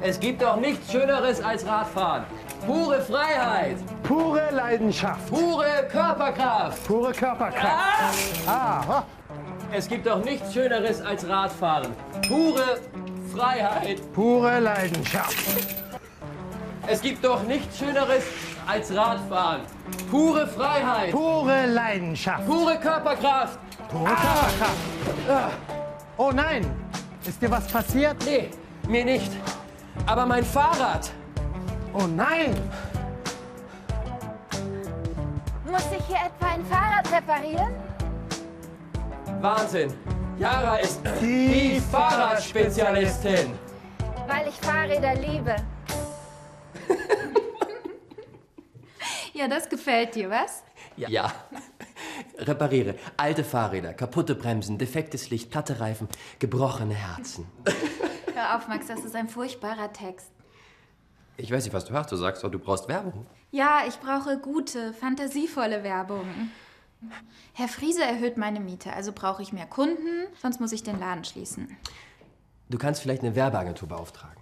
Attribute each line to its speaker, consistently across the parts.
Speaker 1: Es gibt doch nichts Schöneres als Radfahren. Pure Freiheit,
Speaker 2: Pure Leidenschaft,
Speaker 1: pure Körperkraft.
Speaker 2: pure Körperkraft. Aha.
Speaker 1: Es gibt doch nichts Schöneres als Radfahren. Pure Freiheit.
Speaker 2: Pure Leidenschaft,
Speaker 1: Es gibt doch nichts Schöneres als Radfahren. Pure Freiheit,
Speaker 2: pure Leidenschaft,
Speaker 1: pure Körperkraft.
Speaker 2: pure Körperkraft. Ah. Oh nein, ist dir was passiert?
Speaker 1: Nee, mir nicht. Aber mein Fahrrad.
Speaker 2: Oh nein,
Speaker 3: Muss ich hier etwa ein Fahrrad reparieren?
Speaker 1: Wahnsinn. Yara ist
Speaker 2: Die
Speaker 1: die Fahrradspezialistin.
Speaker 3: Weil ich Fahrräder liebe.
Speaker 4: Ja, das gefällt dir, was?
Speaker 1: Ja. ja. Repariere alte Fahrräder, kaputte Bremsen, defektes Licht, platte Reifen, gebrochene Herzen.
Speaker 4: Hör auf, Max, das ist ein furchtbarer Text.
Speaker 1: Ich weiß nicht, was du hast. Du sagst doch, du brauchst Werbung.
Speaker 4: Ja, ich brauche gute, fantasievolle Werbung. Herr Friese erhöht meine Miete, also brauche ich mehr Kunden, sonst muss ich den Laden schließen.
Speaker 1: Du kannst vielleicht eine Werbeagentur beauftragen.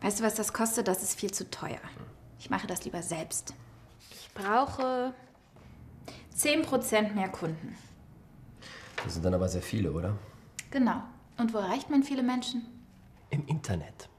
Speaker 4: Weißt du, was das kostet? Das ist viel zu teuer. Ich mache das lieber selbst. Ich brauche 10% mehr Kunden.
Speaker 1: Das sind dann aber sehr viele, oder?
Speaker 4: Genau. Und wo erreicht man viele Menschen?
Speaker 1: Im Internet.